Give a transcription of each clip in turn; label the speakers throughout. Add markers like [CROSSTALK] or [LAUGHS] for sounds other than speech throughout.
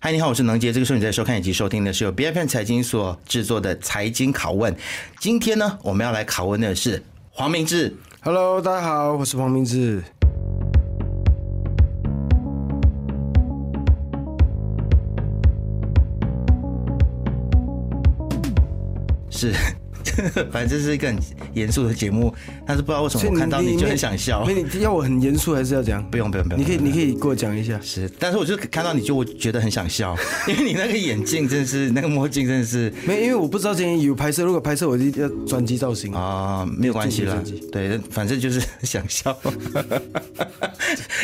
Speaker 1: 嗨，你好，我是能杰。这个时候你在收看以及收听的是由 B F N 财经所制作的《财经拷问》。今天呢，我们要来拷问的是黄明志。
Speaker 2: Hello，大家好，我是黄明志。
Speaker 1: 是，反正这是一个很严肃的节目，但是不知道为什么我看到你就很想笑啊
Speaker 2: 没。你要我很严肃还是要怎样？
Speaker 1: 不用不用不用
Speaker 2: 你可以你可以给我讲一下。
Speaker 1: 是，但是我就看到你就我觉得很想笑，因为你那个眼镜真是，那个墨镜真是
Speaker 2: 没，因为我不知道今天有拍摄，如果拍摄我就要转机造型。
Speaker 1: 啊、没有关系啦
Speaker 2: 正经，
Speaker 1: 对，反正就是想笑。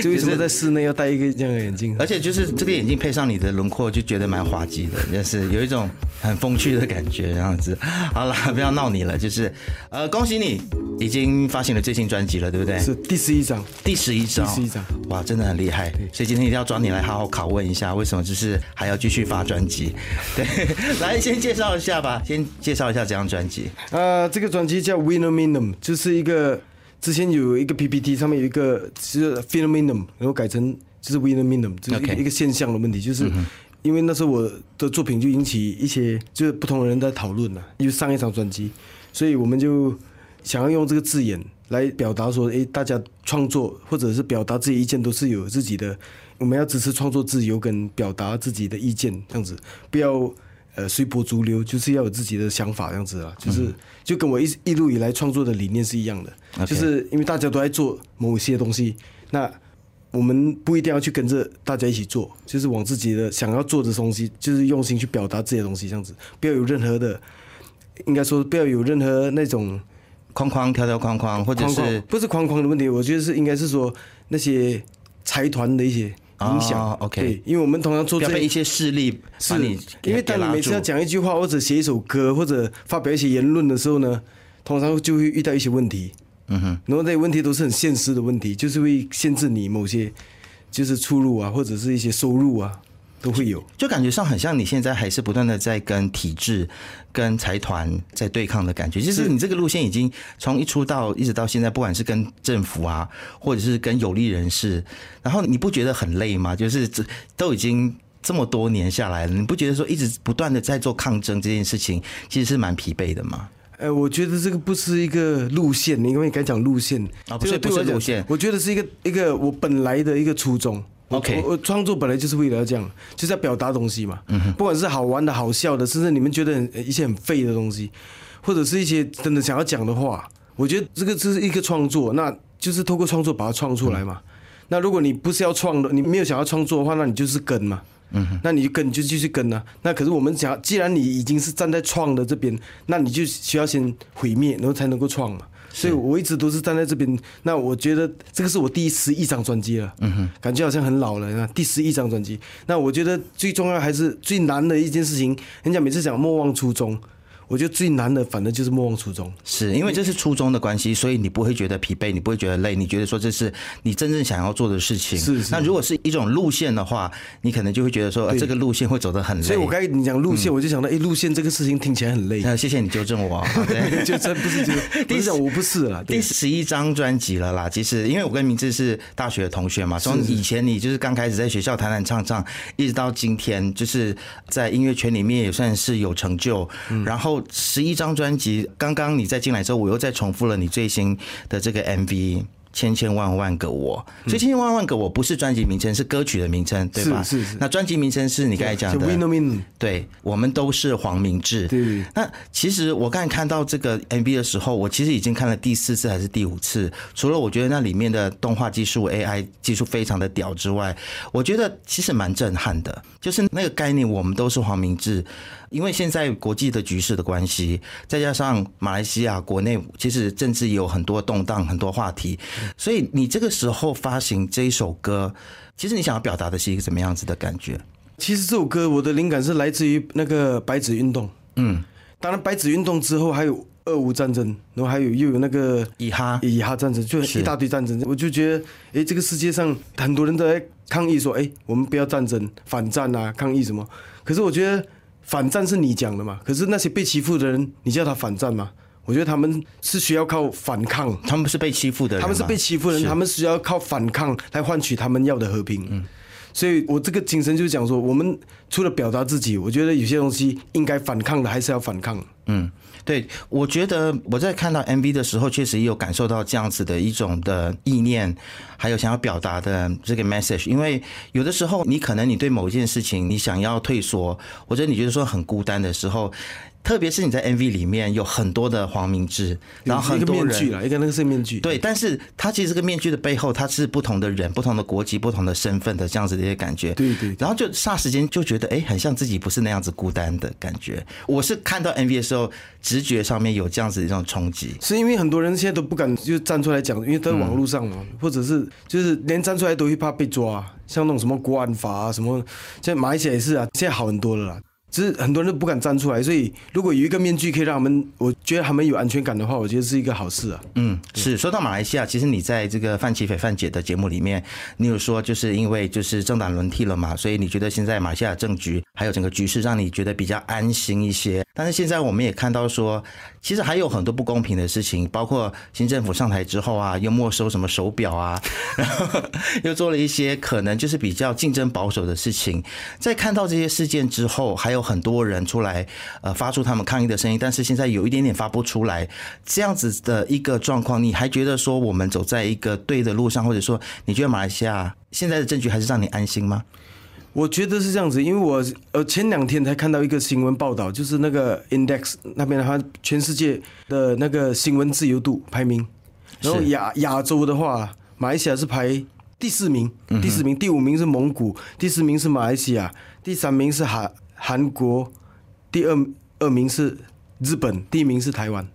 Speaker 2: 就为什么在室内要戴一个这样的眼镜？
Speaker 1: 而且就是这个眼镜配上你的轮廓，就觉得蛮滑稽的，就是有一种很风趣的感觉，这样子。好了，不要闹你了，就是呃，恭喜你已经发行了最新专辑了，对不对？
Speaker 2: 是第十一张，
Speaker 1: 第十一张，
Speaker 2: 第11张，
Speaker 1: 哇，真的很厉害。所以今天一定要呃抓你来好好拷问一下，为什么就是还要继续发专辑？对， [LAUGHS] 来先介绍一下吧，先介绍一下这张专辑。
Speaker 2: 呃，这个专辑叫 Phenomenum，就是一个之前有一个 PPT 上面有一个是 Phenomenum，然后改成就是 Phenomenum，就是一个
Speaker 1: OK
Speaker 2: 一个现象的问题，就是。因为那时候我的作品就引起一些就是不同的人在讨论了，因为上一张专辑，所以我们就想要用这个字眼来表达说，诶，大家创作或者是表达自己意见都是有自己的，我们要支持创作自由跟表达自己的意见这样子，不要呃随波逐流，就是要有自己的想法这样子啊，就是、就跟我一一路以来创作的理念是一样的
Speaker 1: OK
Speaker 2: 就是因为大家都在做某些东西，那我们不一定要去跟着大家一起做，就是往自己的想要做的东西，就是用心去表达自己的东西，这样子，不要有任何的，应该说不要有任何那种
Speaker 1: 框框条条框框，或者
Speaker 2: 框框，
Speaker 1: 是
Speaker 2: 不是框框的问题，我觉得是应该是说那些财团的一些影响。
Speaker 1: 哦，OK
Speaker 2: 对，因为我们通常做
Speaker 1: 不要
Speaker 2: 这些
Speaker 1: 被一些势力把
Speaker 2: 是
Speaker 1: 你给
Speaker 2: 因
Speaker 1: 给
Speaker 2: 为当你
Speaker 1: 拉
Speaker 2: 每次
Speaker 1: 住
Speaker 2: 要。讲一句话或者写一首歌或者发表一些言论的时候呢，通常就会遇到一些问题。嗯哼，然后这些问题都是很现实的问题，就是会限制你某些就是出路啊，或者是一些收入啊，都会有。
Speaker 1: 就感觉上很像你现在还是不断的在跟体制、跟财团在对抗的感觉。就是你这个路线已经从一出道一直到现在，不管是跟政府啊，或者是跟有利人士，然后你不觉得很累吗？就是这都已经这么多年下来了，你不觉得说一直不断的在做抗争这件事情，其实是蛮疲惫的吗？
Speaker 2: 呃，我觉得这个不是一个路线，你因为该讲路线
Speaker 1: 啊不是
Speaker 2: 这个对我来
Speaker 1: 不是
Speaker 2: 讲
Speaker 1: 路线
Speaker 2: 我觉得是一个一个我本来的一个初衷。我
Speaker 1: OK
Speaker 2: 我我创作本来就是为了要这样，就是要表达东西嘛，不管是好玩的、好笑的，甚至你们觉得很一些很废的东西，或者是一些真的想要讲的话，我觉得这个就是一个创作，那就是透过创作把它创出来嘛。那如果你不是要创的，你没有想要创作的话，那你就是跟嘛。嗯，那你就跟你就继续跟啊。那可是我们想要，既然你已经是站在创的这边，那你就需要先毁灭，然后才能够创嘛。所以我一直都是站在这边。那我觉得这个是我第十一张专辑了，嗯哼，感觉好像很老了。那第十一张专辑，那我觉得最重要还是最难的一件事情，人家每次讲莫忘初衷，我觉得最难的反正就是莫忘初衷。
Speaker 1: 是因为
Speaker 2: 嗯
Speaker 1: 这是初衷的关系，所以你不会觉得疲惫，你不会觉得累，你觉得说这是你真正想要做的事情。
Speaker 2: 是是
Speaker 1: 那如果是一种路线的话，你可能就会觉得说、呃这个路线会走得很累。
Speaker 2: 所以我刚才你讲路线，我就想到，哎，路线这个事情听起来很
Speaker 1: [LAUGHS]
Speaker 2: 累，
Speaker 1: 那谢谢你纠正我啊。好对
Speaker 2: 就真不是就，我是讲我不是啦，对
Speaker 1: 第十一张专辑了啦，其实因为我跟明志是大学的同学嘛，从以前你就是刚开始在学校弹弹唱唱，一直到今天，就是在音乐圈里面也算是有成就。
Speaker 2: 嗯
Speaker 1: 然后十一张专辑，刚刚你再进来之后，我又再重复了你最新的这个 MV。千千万万个我，
Speaker 2: 嗯
Speaker 1: 所以千千万万个我不是专辑名称，是歌曲的名称，对吧？
Speaker 2: 是是是
Speaker 1: 那专辑名称是你刚才讲
Speaker 2: 就
Speaker 1: 的
Speaker 2: w i n o m i n
Speaker 1: 对，我们都是黄明志。
Speaker 2: 对
Speaker 1: 那其实我刚才看到这个 MV 的时候，我其实已经看了第四次还是第五次。除了我觉得那里面的动画技术、AI 技术非常的屌之外，我觉得其实蛮震撼的。就是那个概念，我们都是黄明志。因为现在国际的局势的关系，再加上马来西亚国内其实政治也有很多动荡、很多话题，所以你这个时候发行这一首歌，其实你想要表达的是一个怎么样子的感觉？
Speaker 2: 其实这首歌我的灵感是来自于那个白纸运动，
Speaker 1: 嗯，
Speaker 2: 当然白纸运动之后还有俄乌战争，然后还有又有那个
Speaker 1: 以哈
Speaker 2: 以哈战争，就是一大堆战争。我就觉得，诶，这个世界上很多人都在抗议说，诶，我们不要战争，反战啊，抗议什么？可是我觉得反战是你讲的嘛，可是那些被欺负的人，你叫他反战吗？我觉得他们是需要靠反抗
Speaker 1: 他们不是被欺负的人吗，嗯
Speaker 2: 他们是被欺负的人，他们是要靠反抗来换取他们要的和平。所以我这个精神就是讲说，我们除了表达自己，我觉得有些东西应该反抗的还是要反抗。
Speaker 1: 嗯，对，我觉得我在看到 MV 的时候，确实也有感受到这样子的一种的意念，还有想要表达的这个 message。因为有的时候，你可能你对某一件事情你想要退缩，或者你觉得说很孤单的时候，特别是你在 MV 里面有很多的黄明志，然后很
Speaker 2: 一个
Speaker 1: 多
Speaker 2: 面
Speaker 1: 人
Speaker 2: 具啦，一个那个是面具。
Speaker 1: 对，但是它其实这个面具的背后，它是不同的人、不同的国籍、不同的身份的这样子的一些感觉。
Speaker 2: 对对
Speaker 1: 然后就霎时间就觉得，哎，很像自己不是那样子孤单的感觉。我是看到 MV 的时候，直觉上面有这样子的一种冲击。
Speaker 2: 是因为很多人现在都不敢就站出来讲，因为在网络上嘛，或者是就是连站出来都会怕被抓，像那种什么国安法啊，什么现在马来西亚也是啊，现在好很多了啦。只是很多人都不敢站出来，所以如果有一个面具可以让他们，我觉得他们有安全感的话，我觉得是一个好事啊。
Speaker 1: 嗯，是说到马来西亚，其实你在这个范琪斐范姐的节目里面，你有说就是因为就是政党轮替了嘛，所以你觉得现在马来西亚政局还有整个局势让你觉得比较安心一些。但是现在我们也看到说，其实还有很多不公平的事情，包括新政府上台之后啊，又没收什么手表啊，然后又做了一些可能就是比较竞争保守的事情。在看到这些事件之后，还有很多人出来呃发出他们抗议的声音，但是现在有一点点发不出来，这样子的一个状况，你还觉得说我们走在一个对的路上，或者说你觉得马来西亚现在的政局还是让你安心吗？
Speaker 2: 我觉得是这样子，因为我呃前两天才看到一个新闻报道，就是那个 Index 那边的话，全世界的那个新闻自由度排名，然后
Speaker 1: 是
Speaker 2: 亚亚洲的话，马来西亚是排第四名，第四名，第五名是蒙古，第四名是马来西亚，第三名是韩韩国，第二二名是日本，第一名是台湾。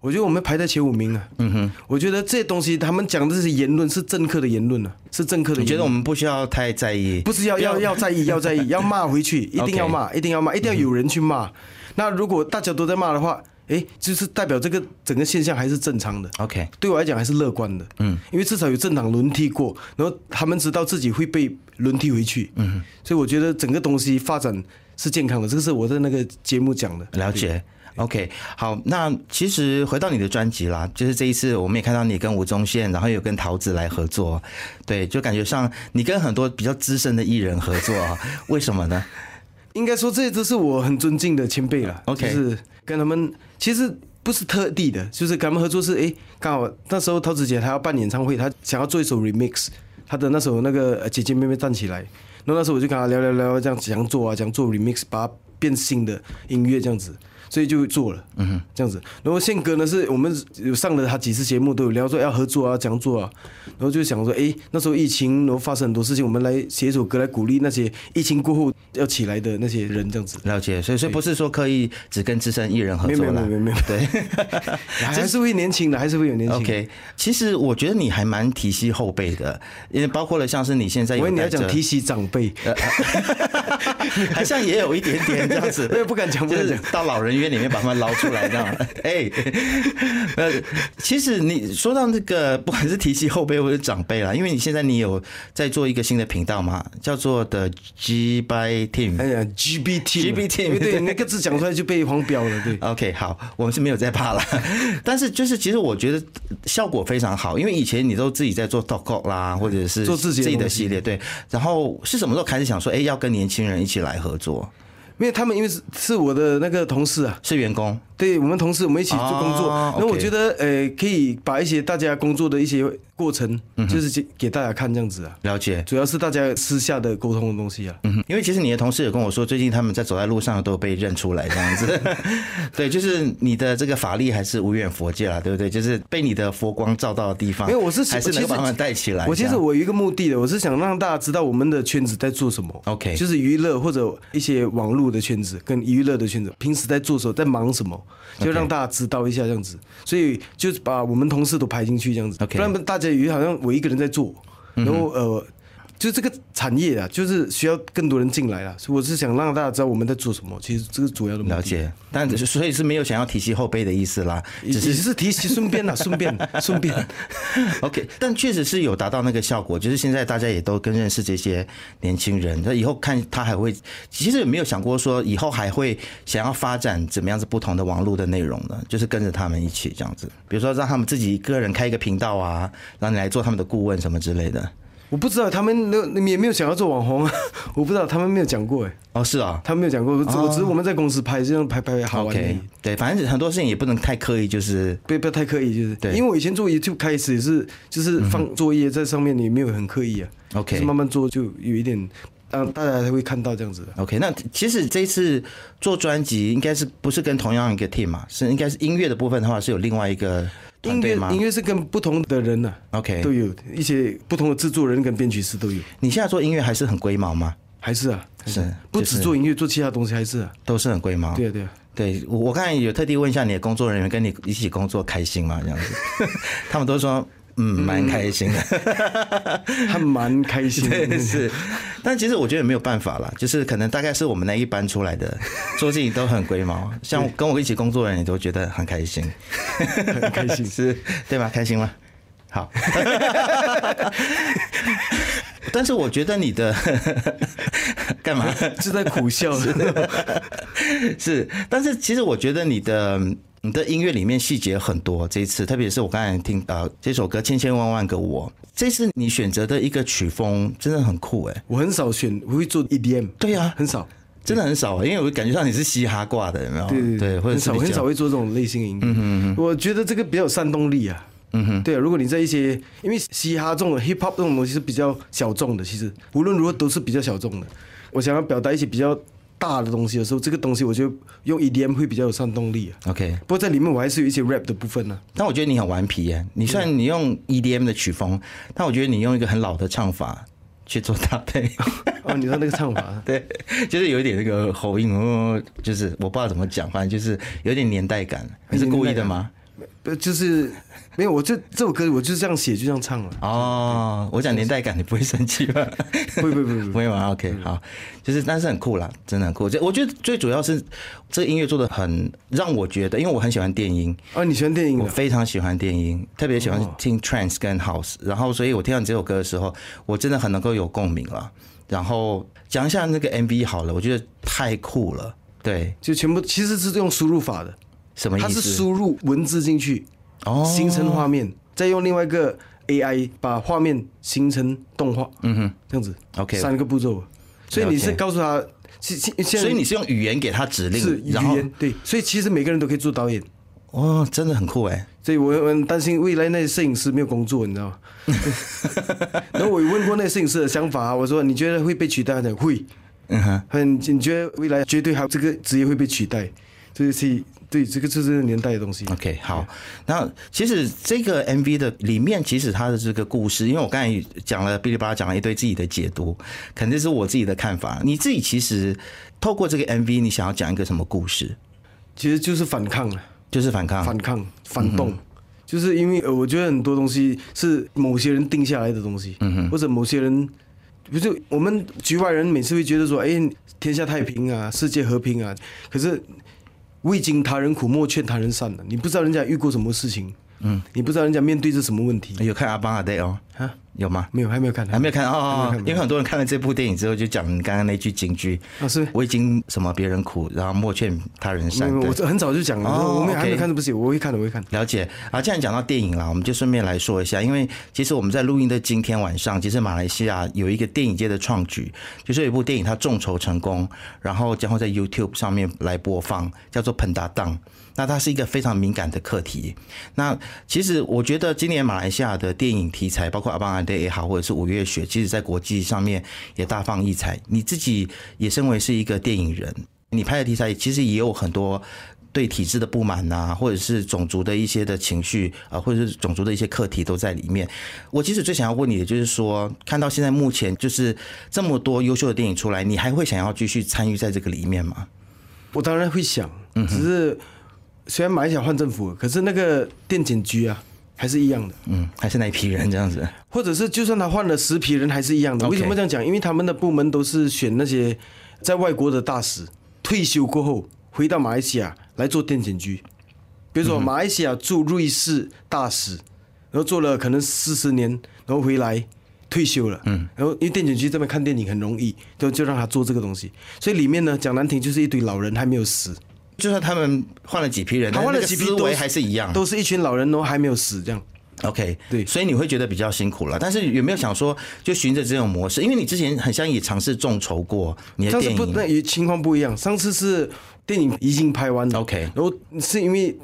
Speaker 2: 我觉得我们排在前五名啊。嗯哼，我觉得这些东西他们讲的这些言论是政客的言论啊，是政客的
Speaker 1: 你
Speaker 2: 言
Speaker 1: 觉
Speaker 2: 论
Speaker 1: 得我。们不需要太在意？
Speaker 2: 不是要要要在意，要在 [LAUGHS] 意，要骂回去，一定要骂，一定要骂，一定要有人去骂。那如果大家都在骂的话，诶，就是代表这个整个现象还是正常的。
Speaker 1: OK，
Speaker 2: 对我来讲还是乐观的，嗯，因为至少有政党轮替过，然后他们知道自己会被轮替回去，嗯，所以我觉得整个东西发展是健康的，这个是我在那个节目讲的。
Speaker 1: 了解。OK，好，那其实回到你的专辑啦，就是这一次我们也看到你跟吴宗宪，然后有跟桃子来合作，对，就感觉上你跟很多比较资深的艺人合作啊，为什么
Speaker 2: [LAUGHS]
Speaker 1: 呢？
Speaker 2: 应该说这都是我很尊敬的前辈了。
Speaker 1: OK
Speaker 2: 就是跟他们其实不是特地的，就是跟他们合作是诶，刚好那时候陶子姐她要办演唱会，她想要做一首 remix，她的那首那个呃姐姐妹妹站起来，然后那时候我就跟她聊聊聊，这样怎样做啊，怎样做 remix，把它变新的音乐这样子。所以就做了，嗯哼，这样子。然后宪哥呢，是我们有上了他几次节目，都有聊说要合作啊，怎样做啊。然后就想说，诶，那时候疫情，然后发生很多事情，我们来写一首歌来鼓励那些疫情过后要起来的那些人，这样子。
Speaker 1: 了解，所以所以不是说刻意只跟资深艺人合
Speaker 2: 没有
Speaker 1: 作
Speaker 2: 没有
Speaker 1: 啦，
Speaker 2: 没有没有， [LAUGHS]
Speaker 1: 对 [LAUGHS]
Speaker 2: 还是会年轻的，还是会有年轻。
Speaker 1: ，OK。其实我觉得你还蛮提携后辈的，因为包括了像是你现在
Speaker 2: 我以
Speaker 1: 有呃
Speaker 2: 为你要
Speaker 1: 带着
Speaker 2: 讲提起长辈，，
Speaker 1: [LAUGHS] 好像也有一点点这样 [LAUGHS] 子
Speaker 2: 我也不敢讲不
Speaker 1: 就
Speaker 2: 敢
Speaker 1: 是
Speaker 2: 讲
Speaker 1: 到老人院里面把他们捞出来这样。 [LAUGHS] 哎，呃，其实你说到那个，不管是提起后辈或者长辈啦，因为你现在你有在做一个新的频道嘛，叫做的 G by
Speaker 2: 哎
Speaker 1: Team。
Speaker 2: 呀，GBT，
Speaker 1: GBT
Speaker 2: 因为对那个字讲出来就被黄标了，对。
Speaker 1: OK，好，我们是没有在怕啦， [LAUGHS] 但是就是其实我觉得效果非常好，因为以前你都自己在做 talk 啦，或者是
Speaker 2: 做自己的
Speaker 1: 嗯自己的
Speaker 2: 东西
Speaker 1: 系列，对。然后是什么时候开始想说，哎，要跟年轻人一起来合作？
Speaker 2: 因为他们因为是是我的那个同事啊，
Speaker 1: 是员工？
Speaker 2: 对我们同事，我们一起做工作。
Speaker 1: 哦
Speaker 2: 那我
Speaker 1: OK
Speaker 2: 觉得，呃，可以把一些大家工作的一些过程，
Speaker 1: 嗯
Speaker 2: 就是给给大家看这样子啊。
Speaker 1: 了解，
Speaker 2: 主要是大家私下的沟通的东西啊。
Speaker 1: 嗯哼，因为其实你的同事有跟我说，最近他们在走在路上都被认出来这样
Speaker 2: [LAUGHS]
Speaker 1: 子。对，就是你的这个法力还是无远佛界啦，对不对？就是被你的佛光照到的地方，
Speaker 2: 没有我是
Speaker 1: 还是
Speaker 2: 我其
Speaker 1: 能
Speaker 2: 实
Speaker 1: 够把他们带起来。
Speaker 2: 我其
Speaker 1: 这
Speaker 2: 实
Speaker 1: 样
Speaker 2: 我有一个目的的，我是想让大家知道我们的圈子在做什么。
Speaker 1: OK
Speaker 2: 就是娱乐或者一些网络的圈子跟娱乐的圈子，平时在做什么，在忙什么，就让大家知道一下这样子。所以就把我们同事都排进去这样子，
Speaker 1: OK 嗯
Speaker 2: 不然大家以为好像我一个人在做，然后呃。就这个产业啊，就是需要更多人进来啦，啊所以我是想让大家知道我们在做什么。其实这个主要的目的
Speaker 1: 了，解，但所以是没有想要提携后辈的意思啦，
Speaker 2: 也
Speaker 1: 只
Speaker 2: 只
Speaker 1: 是
Speaker 2: 是提起
Speaker 1: [LAUGHS]
Speaker 2: 顺便啦，啊顺便顺便。
Speaker 1: OK，但确实是有达到那个效果，就是现在大家也都更认识这些年轻人，那以后看他还会，其实有没有想过说以后还会想要发展怎么样子不同的网络的内容呢？就是跟着他们一起这样子，比如说让他们自己个人开一个频道啊，让你来做他们的顾问什么之类的。
Speaker 2: 我不知道他们那你们也没有想要做网红啊，我不知道他们没有讲过哎，
Speaker 1: 哦，是啊、
Speaker 2: 他们没有讲过，只我只是我们在公司拍这样拍拍拍好玩而
Speaker 1: OK，
Speaker 2: 已，
Speaker 1: 对，反正很多事情也不能太刻意，就是
Speaker 2: 不要不要太刻意就是，
Speaker 1: 对
Speaker 2: 因为我以前做 YouTube 开始也是就是放作业在上面，你没有很刻意啊
Speaker 1: OK
Speaker 2: 就是慢慢做就有一点，让大家才会看到这样子的。
Speaker 1: OK。那其实这一次做专辑，应该是不是跟同样一个 team 嘛？是应该是音乐的部分的话，是有另外一个团
Speaker 2: 音
Speaker 1: 队
Speaker 2: 乐
Speaker 1: 吗
Speaker 2: 音乐是跟不同的人呐、
Speaker 1: ？OK，
Speaker 2: 都有一些不同的制作人跟编曲师都有，
Speaker 1: 你现在做音乐还是很龟毛吗？
Speaker 2: 还是啊，
Speaker 1: 是，
Speaker 2: 不
Speaker 1: 就是哦
Speaker 2: 只做音乐，做其他东西还是啊，
Speaker 1: 都是很龟毛。
Speaker 2: 对啊对啊，
Speaker 1: 对，我我刚才有特地问一下你的工作人员，跟你一起工作开心吗？这样子，
Speaker 2: [LAUGHS]
Speaker 1: 他们都说嗯，蛮开心的。
Speaker 2: 还蛮开心
Speaker 1: [LAUGHS]
Speaker 2: 的。
Speaker 1: 对，是，但其实我觉得也没有办法啦，就是可能大概是我们那一班出来的，做事情都很龟毛，像跟我一起工作的人也都觉得很开心，很
Speaker 2: 开心
Speaker 1: [LAUGHS] 是对吧？开心吗？
Speaker 2: [LAUGHS]
Speaker 1: 好，但是我觉得你的 [LAUGHS] 干嘛？
Speaker 2: 是在苦笑，
Speaker 1: [LAUGHS] 是，但是其实我觉得你的你的音乐里面细节很多，这一次特别是我刚才听呃这首歌《千千万万个我》，这次你选择的一个曲风真的很酷哎、
Speaker 2: 我很少选，我会做 EDM，
Speaker 1: 对呀、
Speaker 2: 很少，
Speaker 1: 真的很少啊，因为我感觉到你是嘻哈挂的，有没有？
Speaker 2: 对对
Speaker 1: 啊或者
Speaker 2: 很
Speaker 1: 是
Speaker 2: 少
Speaker 1: 比
Speaker 2: 很少
Speaker 1: 较
Speaker 2: 会做这种类型的
Speaker 1: 嗯
Speaker 2: 音乐。我觉得这个比较有煽动力啊。嗯哼，对啊，如果你在一些因为嘻哈这种 hip hop 这种东西是比较小众的，其实无论如何都是比较小众的。我想要表达一些比较大的东西的时候，这个东西我觉得用 EDM 会比较有煽动力啊。
Speaker 1: OK。
Speaker 2: 不过在里面我还是有一些 rap 的部分啊呢、
Speaker 1: 但我觉得你很顽皮耶，你虽然你用 EDM 的曲风，但我觉得你用一个很老的唱法去做搭配，，
Speaker 2: 哦，你说那个唱法
Speaker 1: 对，就是有一点那个喉音，哦就是我不知道怎么讲，反正就是有点年代感。你是故意的吗？
Speaker 2: 呃， [LAUGHS] 就是没有，我就这首歌我就是这样写，就这样唱啊了。
Speaker 1: 哦，我讲年代感，你不会生气
Speaker 2: [LAUGHS]
Speaker 1: 吧？
Speaker 2: 不会不会不会不
Speaker 1: 不会吗？OK，好，就是但是很酷啦，真的很酷。我觉得我觉得最主要是这个音乐做的很让我觉得，因为我很喜欢电音，
Speaker 2: 哦，你喜欢电影
Speaker 1: 我
Speaker 2: 的？
Speaker 1: 非常喜欢电音，特别喜欢
Speaker 2: 哦
Speaker 1: 听 trance 跟 house，然后所以我听到你这首歌的时候，我真的很能够有共鸣了。然后讲一下那个 MV 好了，我觉得太酷了。对，
Speaker 2: 就全部其实是用输入法的，
Speaker 1: 什么意
Speaker 2: 它是
Speaker 1: 思？
Speaker 2: 输入文字进去，
Speaker 1: 哦
Speaker 2: 形成画面，再用另外一个 AI 把画面形成动画，嗯哼，这样子
Speaker 1: OK
Speaker 2: 三个步骤，所以你是
Speaker 1: OK
Speaker 2: 告诉他，现现现
Speaker 1: 所以
Speaker 2: 在
Speaker 1: 你是用语言给他指
Speaker 2: 是
Speaker 1: 令，
Speaker 2: 语
Speaker 1: 然后
Speaker 2: 言对，所以其实每个人都可以做导演，
Speaker 1: 哦，真的很酷哎、
Speaker 2: 所以我我很担心未来那些摄影师没有工作，你知
Speaker 1: [LAUGHS]
Speaker 2: 道吗？然后我有问过那些摄影师的想法啊，我说你觉得会被取代？他讲会，
Speaker 1: 嗯哼，
Speaker 2: 很你觉得未来绝对还有这个职业会被取代，这是对这个就是年代的东西。
Speaker 1: OK，好。那其实这个 MV 的里面，其实它的这个故事，因为我刚才讲了哔哩吧啦讲了一堆自己的解读，肯定是我自己的看法。你自己其实透过这个 MV，你想要讲一个什么故事？
Speaker 2: 其实就是反抗啊了。
Speaker 1: 就是反抗。
Speaker 2: 反抗、反动，就是因为呃我觉得很多东西是某些人定下来的东西，或者某些人不是我们局外人每次会觉得说，哎，天下太平啊，世界和平啊，可是未经他人苦，莫劝他人善的，你不知道人家遇过什么事情，嗯，你不知道人家面对着什么问题，
Speaker 1: 有看阿邦阿呆哦？
Speaker 2: 啊，
Speaker 1: 有吗？
Speaker 2: 没有，还没有看，
Speaker 1: 还没有看哦，
Speaker 2: 还没有看
Speaker 1: 因为很多人看了这部电影之后，就讲你刚刚那句警句
Speaker 2: 啊是吗：“
Speaker 1: 我已经什么别人苦，然后莫劝他人
Speaker 2: 没
Speaker 1: 善。”
Speaker 2: 有，
Speaker 1: 对
Speaker 2: 我这很早就讲了，
Speaker 1: 哦
Speaker 2: 我们还没
Speaker 1: OK
Speaker 2: 有看这部戏，我会看的，我会看。
Speaker 1: 了解啊，既然讲到电影啦，我们就顺便来说一下，因为其实我们在录音的今天晚上，其实马来西亚有一个电影界的创举，就是有一部电影它众筹成功，然后将会在 YouTube 上面来播放，叫做《彭达档》。那它是一个非常敏感的课题。那其实我觉得今年马来西亚的电影题材，包括阿邦阿德也好，或者是五月雪，其实在国际上面也大放异彩。你自己也身为是一个电影人，你拍的题材其实也有很多对体制的不满呐、或者是种族的一些的情绪啊、呃或者是种族的一些课题都在里面。我其实最想要问你的就是说，看到现在目前就是这么多优秀的电影出来，你还会想要继续参与在这个里面吗？
Speaker 2: 我当然会想，只是虽然马来西亚换政府了，可是那个电检局啊还是一样的。
Speaker 1: 嗯，还是那一批人这样子。
Speaker 2: 或者是就算他换了十批人还是一样的。
Speaker 1: OK
Speaker 2: 为什么这样讲？因为他们的部门都是选那些在外国的大使，退休过后回到马来西亚来做电检局。比如说马来西亚驻瑞士大使，然后做了可能四十年，然后回来退休了，嗯，然后因为电检局这边看电影很容易，就就让他做这个东西。所以里面呢，讲难听就是一堆老人还没有死，
Speaker 1: 就算他们换了几批人，
Speaker 2: 他换了
Speaker 1: 但是那个
Speaker 2: 几批
Speaker 1: 思维
Speaker 2: 都是
Speaker 1: 还是一样。
Speaker 2: 都是一群老人哦还没有死这样。
Speaker 1: OK，
Speaker 2: 对
Speaker 1: 所以你会觉得比较辛苦了。但是有没有想说，就循着这种模式？因为你之前很像也尝试众筹过你的
Speaker 2: 上次
Speaker 1: 哎电
Speaker 2: 不，那
Speaker 1: 影，
Speaker 2: 也情况不一样。上次是电影已经拍完了
Speaker 1: OK
Speaker 2: 然后是因为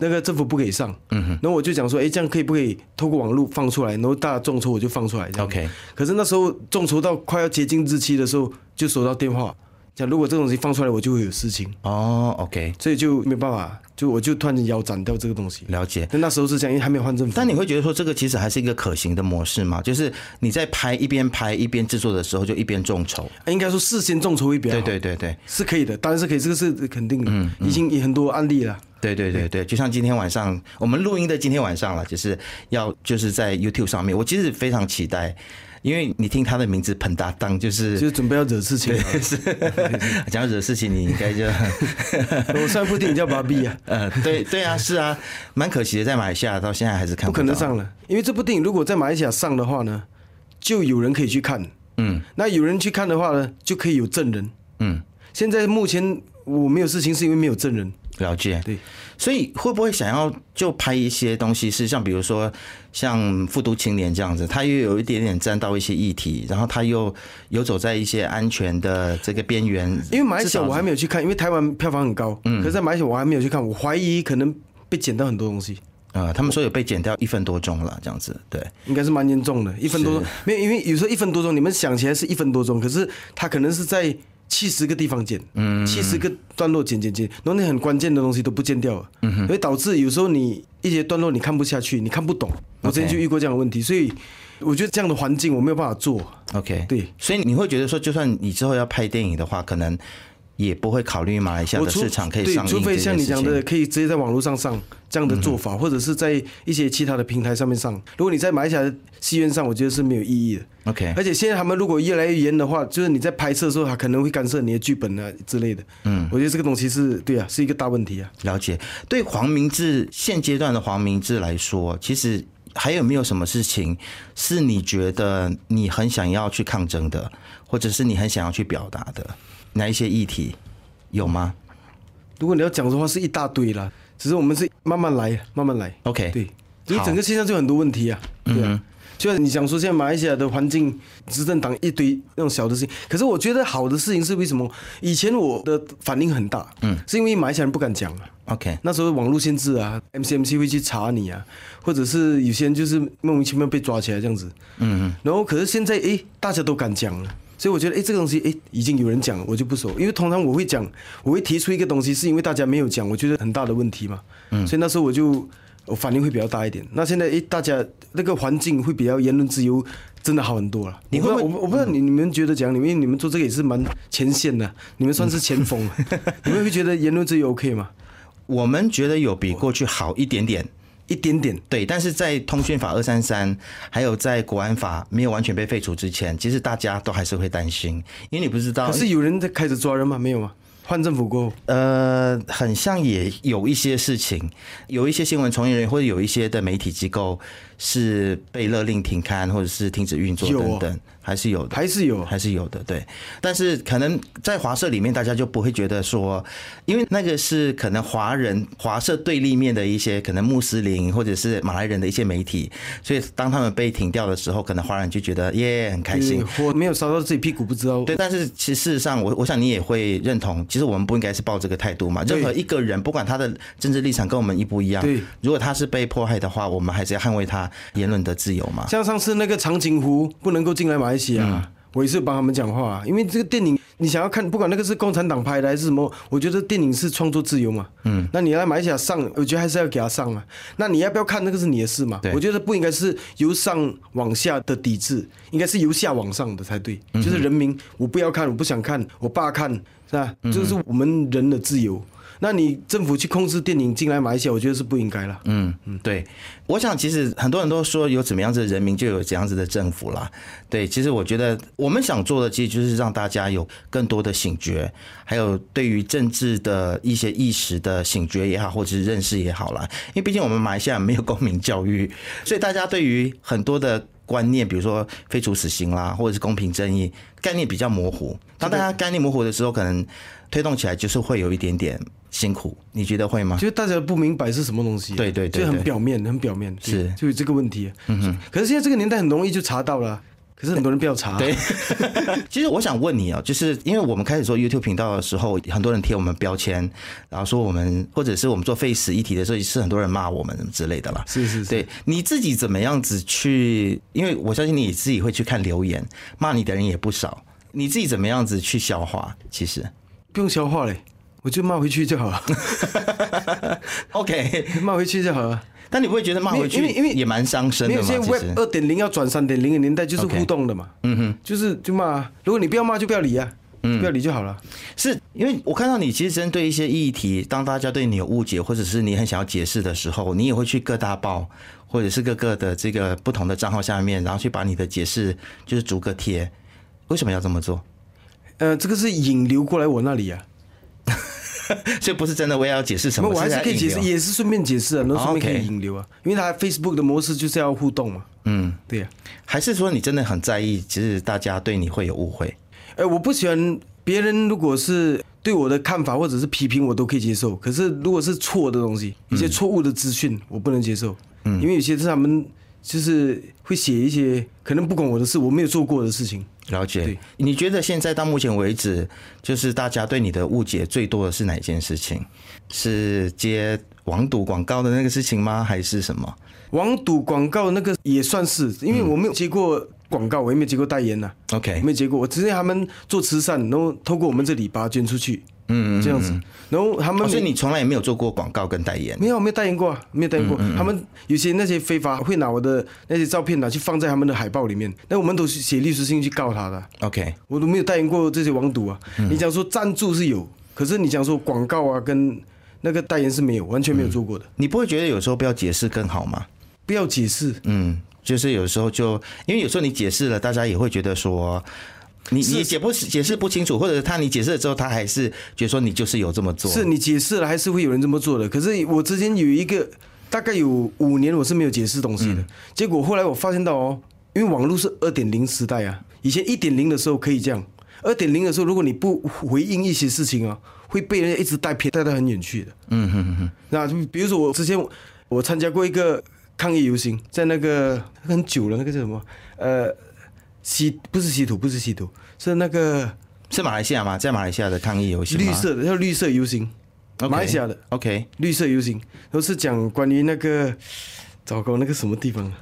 Speaker 2: 那个政府不给上，嗯哼，然后我就讲说，哎，这样可以不可以透过网络放出来？然后大家众筹我就放出来这样
Speaker 1: OK
Speaker 2: 可是那时候众筹到快要接近日期的时候，就收到电话，讲如果这东西放出来，我就会有事情，
Speaker 1: 哦，OK，
Speaker 2: 所以就没办法，就我就突然间腰斩掉这个东西。
Speaker 1: 了解。
Speaker 2: 那那时候是这样，因为还没有换政府，
Speaker 1: 但你会觉得说，这个其实还是一个可行的模式嘛？就是你在拍一边拍一边制作的时候，就一边众筹。
Speaker 2: 应该说事先众筹会比较好
Speaker 1: 对，嗯对对对。
Speaker 2: 是可以的，当然是可以，这个是肯定的，已经有很多案例了。
Speaker 1: 对对对对，就像今天晚上我们录音的今天晚上了，就是要就是在 YouTube 上面，我其实非常期待，因为你听他的名字彭搭档，就是
Speaker 2: [LAUGHS] 就准备要惹事情了。
Speaker 1: 讲到惹事情，你应该就
Speaker 2: [LAUGHS] 我上一部电影叫《芭比》 [LAUGHS] 啊，
Speaker 1: [LAUGHS] 呃，对对啊，是啊，蛮可惜的，在马来西亚到现在还是看
Speaker 2: 不可
Speaker 1: 到
Speaker 2: 能上了，因为这部电影如果在马来西亚上的话呢，就有人可以去看。嗯，那有人去看的话呢，就可以有证人。
Speaker 1: 嗯，
Speaker 2: 现在目前我没有事情，是因为没有证人。
Speaker 1: 了解，
Speaker 2: 对，
Speaker 1: 所以会不会想要就拍一些东西，是像比如说像复读青年这样子，他又有一点点沾到一些议题，然后他又游走在一些安全的这个边缘，
Speaker 2: 因为马来
Speaker 1: 至
Speaker 2: 西
Speaker 1: 少
Speaker 2: 亚我还没有去看，因为台湾票房很高，嗯，可是在马来西亚我还没有去看，我怀疑可能被剪到很多东西，
Speaker 1: 呃，他们说有被减掉一分多钟了，这样子，对，
Speaker 2: 应该是蛮严重的，一分多钟，没有，因为有时候一分多钟，你们想起来是一分多钟，可是它可能是在七十个地方剪，嗯，七十个段落剪剪剪，然后那很关键的东西都不见掉了，嗯哼，所以导致有时候你一些段落你看不下去，你看不懂，我之前就遇过这样的问题，所以我觉得这样的环境我没有办法做，
Speaker 1: OK，
Speaker 2: 对，
Speaker 1: 所以你会觉得说，就算你之后要拍电影的话，可能也不会考虑马来西亚
Speaker 2: 我
Speaker 1: 的
Speaker 2: 除
Speaker 1: 市场可以
Speaker 2: 对
Speaker 1: 上映
Speaker 2: 除非
Speaker 1: 这件
Speaker 2: 像你
Speaker 1: 事
Speaker 2: 讲
Speaker 1: 情嗯
Speaker 2: 的，可以直接在网络上上这样的做法，或者是在一些其他的平台上面上。如果你在马来西亚的戏院上，我觉得是没有意义的。
Speaker 1: OK，
Speaker 2: 而且现在他们如果越来越严的话，就是你在拍摄的时候，他可能会干涉你的剧本啊之类的。嗯，我觉得这个东西是对啊，是一个大问题啊。
Speaker 1: 了解。对黄明志现阶段的黄明志来说，其实还有没有什么事情是你觉得你很想要去抗争的，或者是你很想要去表达的哪一些议题？有吗
Speaker 2: 如果你要讲的话，是一大堆啦。只是我们是慢慢来，慢慢来。
Speaker 1: ？OK，
Speaker 2: 对，因为
Speaker 1: 好
Speaker 2: 整个现象就很多问题啊。对啊，就是你想说现在马来西亚的环境，执政党一堆那种小的事情，可是我觉得好的事情是为什么？以前我的反应很大，嗯，是因为马来西亚人不敢讲啊。
Speaker 1: ，OK，
Speaker 2: 那时候网络限制啊，MCMC 会去查你啊，或者是有些人就是莫名其妙被抓起来这样子。嗯，然后可是现在诶，大家都敢讲了。所以我觉得，诶这个东西，诶已经有人讲了，我就不熟，因为通常我会讲，我会提出一个东西，是因为大家没有讲，我觉得很大的问题嘛。嗯，所以那时候我就我反应会比较大一点。那现在，诶大家那个环境会比较言论自由，真的好很多了。
Speaker 1: 你会不会嗯
Speaker 2: 我不知道我不我不知道你你们觉得讲，你们因为你们做这个也是蛮前线的，你们算是前
Speaker 1: [LAUGHS]
Speaker 2: 锋，你们会觉得言论自由 OK 吗？
Speaker 1: 我们觉得有比过去好一点点。
Speaker 2: 一点点。
Speaker 1: 对，但是在通讯法二三三，还有在国安法没有完全被废除之前，其实大家都还是会担心，因为你不知道
Speaker 2: 可，是有人在开始抓人吗？没有吗？换政府过后，
Speaker 1: 呃，很像也有一些事情，有一些新闻从业人员或者有一些的媒体机构是被勒令停刊或者是停止运作
Speaker 2: 有哦
Speaker 1: 等等，还是有的。
Speaker 2: 还是有。
Speaker 1: 还是有的，对。但是可能在华社里面，大家就不会觉得说，因为那个是可能华人华社对立面的一些可能穆斯林或者是马来人的一些媒体，所以当他们被停掉的时候，可能华人就觉得耶很开心。
Speaker 2: 嗯对我没有烧到自己屁股，不知道。
Speaker 1: 对，但是其实事实上，我我想你也会认同，其实我们不应该是抱这个态度嘛。
Speaker 2: 对
Speaker 1: 任何一个人，不管他的政治立场跟我们一不一样
Speaker 2: 对，
Speaker 1: 如果他是被迫害的话，我们还是要捍卫他言论的自由嘛。嗯
Speaker 2: 像上次那个长颈湖不能够进来马来西亚，我也是帮他们讲话，因为这个电影你想要看，不管那个是共产党拍的还是什么，我觉得电影是创作自由嘛。嗯，那你来马来西亚上，我觉得还是要给他上嘛。那你要不要看那个是你的事嘛
Speaker 1: 对？
Speaker 2: 我觉得不应该是由上往下的抵制，应该是由下往上的才对。
Speaker 1: 嗯
Speaker 2: 就是人民，我不要看，我不想看，我爸看，是吧？
Speaker 1: 嗯
Speaker 2: 这、是我们人的自由。那你政府去控制电影进来马来西亚，我觉得是不应该了。
Speaker 1: 嗯嗯，对，我想其实很多人都说有怎么样子的人民就有怎样子的政府啦。对，其实我觉得我们想做的其实就是让大家有更多的醒觉，还有对于政治的一些意识的醒觉也好，或者是 [LAUGHS] 认识也好啦。因为毕竟我们马来西亚没有公民教育，所以大家对于很多的。观念，比如说废除死刑啦，或者是公平正义概念比较模糊。当大家概念模糊的时候，可能推动起来就是会有一点点辛苦，你觉得会吗？
Speaker 2: [LAUGHS] 就是大家不明白是什么东西，啊
Speaker 1: 对对对对
Speaker 2: 就很表面，很表面，对
Speaker 1: 是
Speaker 2: 就有这个问题。嗯哼，可是现在这个年代很容易就查到了，啊可是很多人不要查，
Speaker 1: 对，其实我想问你哦，就是因为我们开始做 YouTube 频道的时候，很多人贴我们标签，然后说我们或者是我们做 Face 议题的时候，也是很多人骂我们什么之类的啦。
Speaker 2: 是是是，
Speaker 1: 对，你自己怎么样子去？因为我相信你自己会去看留言，骂你的人也不少，你自己怎么样子去消化？其实
Speaker 2: 不用消化嘞，我就骂回去就
Speaker 1: [LAUGHS]
Speaker 2: 好了，
Speaker 1: ，OK，
Speaker 2: 骂回去就好了。
Speaker 1: 但你不会觉得骂回去，
Speaker 2: 因为因为
Speaker 1: 也蛮伤身
Speaker 2: 没
Speaker 1: 的
Speaker 2: 有，
Speaker 1: 吗？
Speaker 2: 现在
Speaker 1: 其
Speaker 2: Web
Speaker 1: 实
Speaker 2: 二点零要转三点零的年代就是
Speaker 1: OK
Speaker 2: 互动的嘛，嗯哼，就是就骂啊，如果你不要骂就不要理啊，
Speaker 1: 嗯
Speaker 2: 不要理就好了。
Speaker 1: 是因为我看到你其实针对一些议题，当大家对你有误解，或者是你很想要解释的时候，你也会去各大报或者是各个的这个不同的账号下面，然后去把你的解释就是逐个贴。为什么要这么做？
Speaker 2: 呃，这个是引流过来我那里啊，
Speaker 1: 所以不是真的我也要解释什
Speaker 2: 没
Speaker 1: 么，
Speaker 2: 有我还是
Speaker 1: 在
Speaker 2: 可以
Speaker 1: 引
Speaker 2: 解
Speaker 1: 流
Speaker 2: 释，也是顺便解释啊，那
Speaker 1: 哦
Speaker 2: 顺便可以
Speaker 1: OK
Speaker 2: 引流啊，因为它 Facebook 的模式就是要互动嘛，嗯，对呀、
Speaker 1: 还是说你真的很在意，其实大家对你会有误会？
Speaker 2: 哎，我不喜欢别人如果是对我的看法或者是批评，我都可以接受。可是如果是错的东西，一些错误的资讯，我不能接受。嗯，因为有些是他们就是会写一些可能不管我的事，我没有做过的事情。
Speaker 1: 了解
Speaker 2: 对。
Speaker 1: 你觉得现在到目前为止，就是大家对你的误解最多的是哪一件事情？是接网赌广告的那个事情吗？还是什么？
Speaker 2: 网赌广告那个也算是，因为我没有接过广告，我也没有接过代言呐、
Speaker 1: OK，
Speaker 2: 没有接过。我只是他们做慈善，然后透过我们这里把它捐出去，嗯这样子。然后他们
Speaker 1: 哦、
Speaker 2: 每
Speaker 1: 所以你从来也没有做过广告跟代言
Speaker 2: 没有，没有代言过啊，没有代言过。他们有些那些非法会拿我的那些照片拿啊去放在他们的海报里面，那我们都是写律师信去告他的，
Speaker 1: ？OK，
Speaker 2: 我都没有代言过这些网赌啊。你讲说赞助是有，可是你讲说广告啊跟那个代言是没有，完全没有做过的。
Speaker 1: 你不会觉得有时候不要解释更好吗？
Speaker 2: 不要解释，
Speaker 1: 嗯，就是有时候就因为有时候你解释了，大家也会觉得说。你你解不解释不清楚，或者他你解释了之后，他还是觉得说你就是有这么做，
Speaker 2: 是你解释了，还是会有人这么做的。可是我之前有一个大概有五年，我是没有解释东西
Speaker 1: 嗯
Speaker 2: 的。结果后来我发现到哦，因为网络是二点零时代啊，以前一点零的时候可以这样，二点零的时候如果你不回应一些事情啊，会被人家一直带偏，带到很远去的。嗯哼哼。那就比如说我之前我参加过一个抗议游行，在那个那个很久了，那个叫什么？呃，西不是西土，不是西土，是那个
Speaker 1: 是马来西亚吗？在马来西亚的抗议游行吗
Speaker 2: 绿色的，叫绿色游行。
Speaker 1: OK
Speaker 2: 马来西亚的，
Speaker 1: OK，
Speaker 2: 绿色游行，都是讲关于那个，糟糕，那个什么地方啊？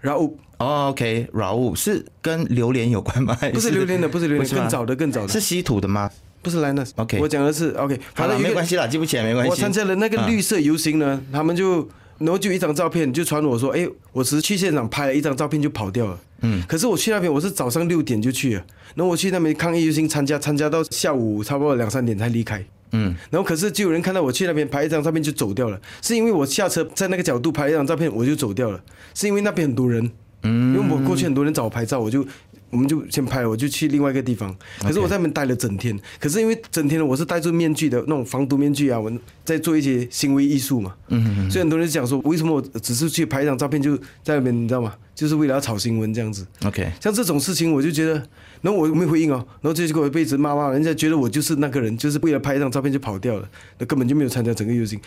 Speaker 2: 然后
Speaker 1: 哦、o k 饶物是跟榴莲有关吗？
Speaker 2: 不是榴莲的，不是榴
Speaker 1: 哎
Speaker 2: 莲，
Speaker 1: 不是吗
Speaker 2: 更早的，更早的，
Speaker 1: 是稀土的吗？
Speaker 2: 不是 Linus。
Speaker 1: OK
Speaker 2: 我讲的是 OK，
Speaker 1: 好
Speaker 2: 反
Speaker 1: 了，
Speaker 2: 正
Speaker 1: 没
Speaker 2: 有一个
Speaker 1: 关系啦，记不起来没关系。啊
Speaker 2: 我参加了那个绿色游行呢，他们就然后就一张照片就传我说，哎，我只是去现场拍了一张照片就跑掉了。嗯，可是我去那边我是早上六点就去了，然后我去那边抗议游行参加，参加到下午差不多两三点才离开。嗯，然后可是就有人看到我去那边拍一张照片就走掉了，是因为我下车在那个角度拍一张照片我就走掉了，是因为那边很多人，嗯，因为我过去很多人找我拍照，我就我们就先拍了，我就去另外一个地方。可是我在那边待了整天，可是因为整天我是戴着面具的那种防毒面具啊，我在做一些行为艺术嘛，嗯所以很多人就讲说，为什么我只是去拍一张照片就在那边，你知道吗？就是为了要炒新闻这样子。
Speaker 1: OK，
Speaker 2: 像这种事情，我就觉得，然后我没回应哦，然后就结果被一直骂骂，人家觉得我就是那个人，就是为了拍一张照片就跑掉了，那根本就没有参加整个游行。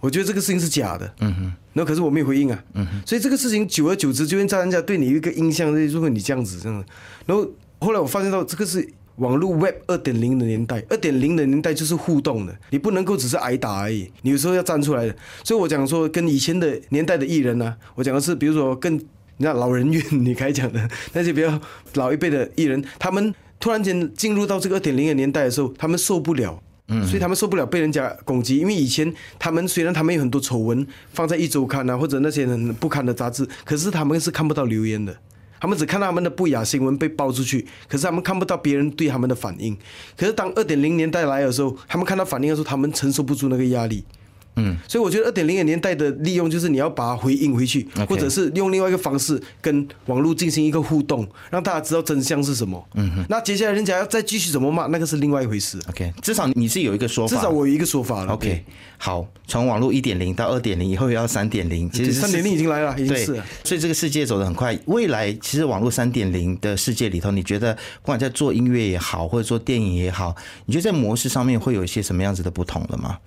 Speaker 2: 我觉得这个事情是假的，嗯哼，然后可是我没有回应啊，嗯哼，所以这个事情久而久之就会让人家对你有一个印象，就是如果你这样子这样子，然后后来我发现到这个是网络 Web 二点零的年代，二点零的年代就是互动的，你不能够只是挨打而已，你有时候要站出来的。所以我讲说，跟以前的年代的艺人呢、啊我讲的是，比如说更你知道老人院，你开讲的那些比较老一辈的艺人，他们突然间进入到这个二点零的年代的时候，他们受不了。嗯，所以他们受不了被人家攻击，因为以前他们虽然他们有很多丑闻放在一周刊啊，或者那些很不堪的杂志，可是他们是看不到留言的，他们只看到他们的不雅新闻被爆出去，可是他们看不到别人对他们的反应。可是当二点零年代来的时候，他们看到反应的时候，他们承受不住那个压力，嗯，所以我觉得二点零的年代的利用就是你要把它回应回去
Speaker 1: OK
Speaker 2: 或者是用另外一个方式跟网络进行一个互动，让大家知道真相是什么。嗯哼，那接下来人家要再继续怎么骂，那个是另外一回事。
Speaker 1: OK，至少你是有一个说法，
Speaker 2: 至少我有一个说法了。
Speaker 1: OK。好，从网络一点零到二点零，以后又要三点零，其
Speaker 2: 呃对，
Speaker 1: 实
Speaker 2: 三
Speaker 1: 是
Speaker 2: 点零已经来了，已经
Speaker 1: 对
Speaker 2: 是了，
Speaker 1: 所以这个世界走得很快。未来其实网络三点零的世界里头，你觉得不管在做音乐也好，或者做电影也好，你觉得在模式上面会有一些什么样子的不同了吗？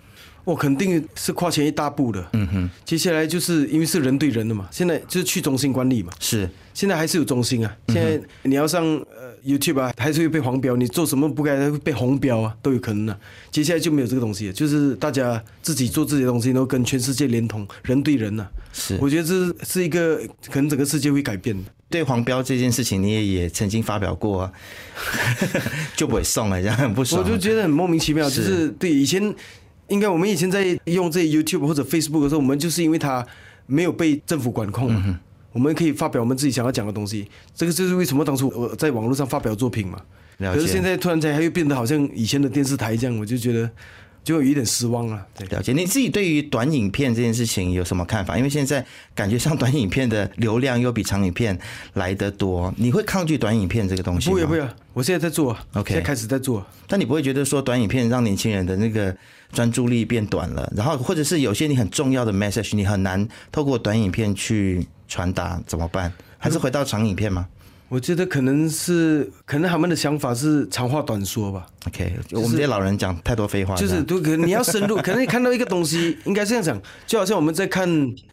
Speaker 2: 我肯定是跨前一大步的。嗯哼，接下来就是因为是人对人的嘛，现在就是去中心管理嘛。
Speaker 1: 是
Speaker 2: 现在还是有中心啊，
Speaker 1: 嗯
Speaker 2: 现在你要上呃 YouTube 啊，还是会被黄标，你做什么不该会被红标啊，都有可能啊。接下来就没有这个东西了，就是大家自己做自己的东西，然后跟全世界连通，人对人呐、
Speaker 1: 是，
Speaker 2: 我觉得这是一个可能整个世界会改变的。
Speaker 1: 对黄标这件事情，你也也曾经发表过、 [LAUGHS] 啊，就不会送了，这样很不爽啊
Speaker 2: 我。就觉得很莫名其妙，就是对以前，应该我们以前在用这些 YouTube 或者 Facebook 的时候，我们就是因为它没有被政府管
Speaker 1: 嗯
Speaker 2: 控嘛。我们可以发表我们自己想要讲的东西，这个就是为什么当初我在网络上发表作品嘛。
Speaker 1: 了
Speaker 2: 可
Speaker 1: 解
Speaker 2: 是现在突然间它又变得好像以前的电视台这样，我就觉得就有一点失望了。对，
Speaker 1: 了解，你自己对于短影片这件事情有什么看法？因为现在感觉上短影片的流量又比长影片来得多，你会抗拒短影片这个东西
Speaker 2: 不
Speaker 1: 吗？
Speaker 2: 会不会，我现在在做啊
Speaker 1: OK
Speaker 2: 现在开始在做啊。
Speaker 1: 但你不会觉得说短影片让年轻人的那个专注力变短了，然后或者是有些你很重要的 message 你很难透过短影片去传达，怎么办？还是回到长影片吗
Speaker 2: 我觉得可能是可能他们的想法是长话短说吧。
Speaker 1: ？OK，我们这些老人讲太多废话了，
Speaker 2: 就是都可能你要深入，可能你看到一个东西，应该是这样讲，就好像我们在看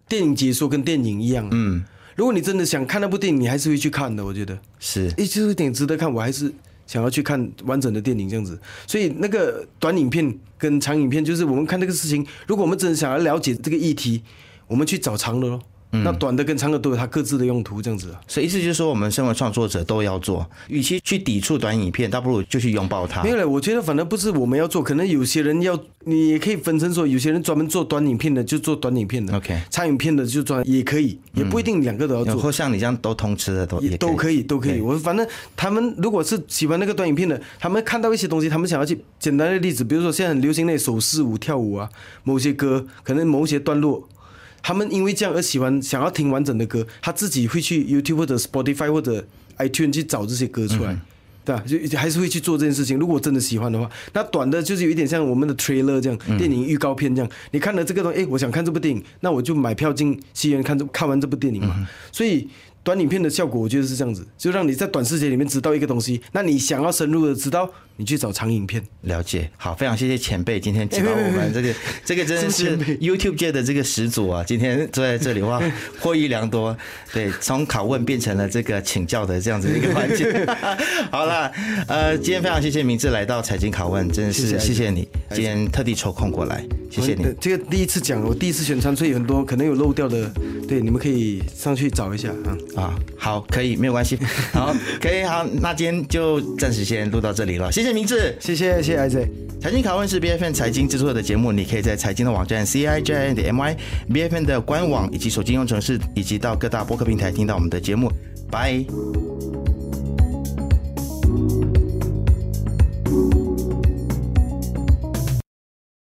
Speaker 2: 电影解说跟电影一样。嗯，如果你真的想看那部电影，你还是会去看的。我觉得，
Speaker 1: 是
Speaker 2: 诶，就是有点值得看，我还是想要去看完整的电影这样子。所以那个短影片跟长影片，就是我们看这个事情，如果我们真的想要了解这个议题，我们去找长的咯。那短的跟长的都有它各自的用途，这样子啊。
Speaker 1: 所以意思就是说，我们身为创作者都要做，与其去抵触短影片，倒不如就去拥抱它
Speaker 2: 没。有了，我觉得反正不是我们要做，可能有些人要，你也可以分成说，有些人专门做短影片的就做短影片的
Speaker 1: OK
Speaker 2: 长影片的就专也可以，也不一定两个嗯都要做，
Speaker 1: 或像你这样都通吃的都也
Speaker 2: 也都
Speaker 1: 可以
Speaker 2: 可以，都可以。我反正他们如果是喜欢那个短影片的，他们看到一些东西，他们想要去简单的例子，比如说现在很流行那手势舞、跳舞啊，某些歌，可能某些段落。他们因为这样而喜欢，想要听完整的歌，他自己会去 YouTube 或者 Spotify 或者 iTunes 去找这些歌出来，对吧？就还是会去做这件事情。如果真的喜欢的话，那短的就是有一点像我们的 trailer 这样，
Speaker 1: 嗯
Speaker 2: 电影预告片这样。你看了这个东西，诶，我想看这部电影，那我就买票进戏院看这看完这部电影
Speaker 1: 嗯
Speaker 2: 嘛。所以短影片的效果，我觉得是这样子，就让你在短时间里面知道一个东西。那你想要深入的知道，你去找长影片。
Speaker 1: 了解。好，非常谢谢前辈今天 [LAUGHS] 指导我们这个，这个真的
Speaker 2: 什
Speaker 1: 是
Speaker 2: 么前
Speaker 1: YouTube 界的这个始祖啊！今天坐在这里哇，获益良多。对，从拷问变成了这个请教的这样子的一个环 [LAUGHS] 节。好啦，呃，今天非常谢谢明志来到财经拷问，真的是哎谢谢你，今天特地抽空过来，谢谢你
Speaker 2: 我。这个第一次讲，我第一次选传，所以很多可能有漏掉的，对，你们可以上去找一下啊。
Speaker 1: 啊，好，可以，没有关系，好，可以，好，那今天就暂时先录到这里了，谢谢明志。
Speaker 2: 谢谢，谢谢 IZ。
Speaker 1: 财经拷问是 B F N 财经制作的节目，你可以在财经的网站 C I J N 的 M Y B F N 的官网以及手机应用程式，以及到各大播客平台听到我们的节目。拜。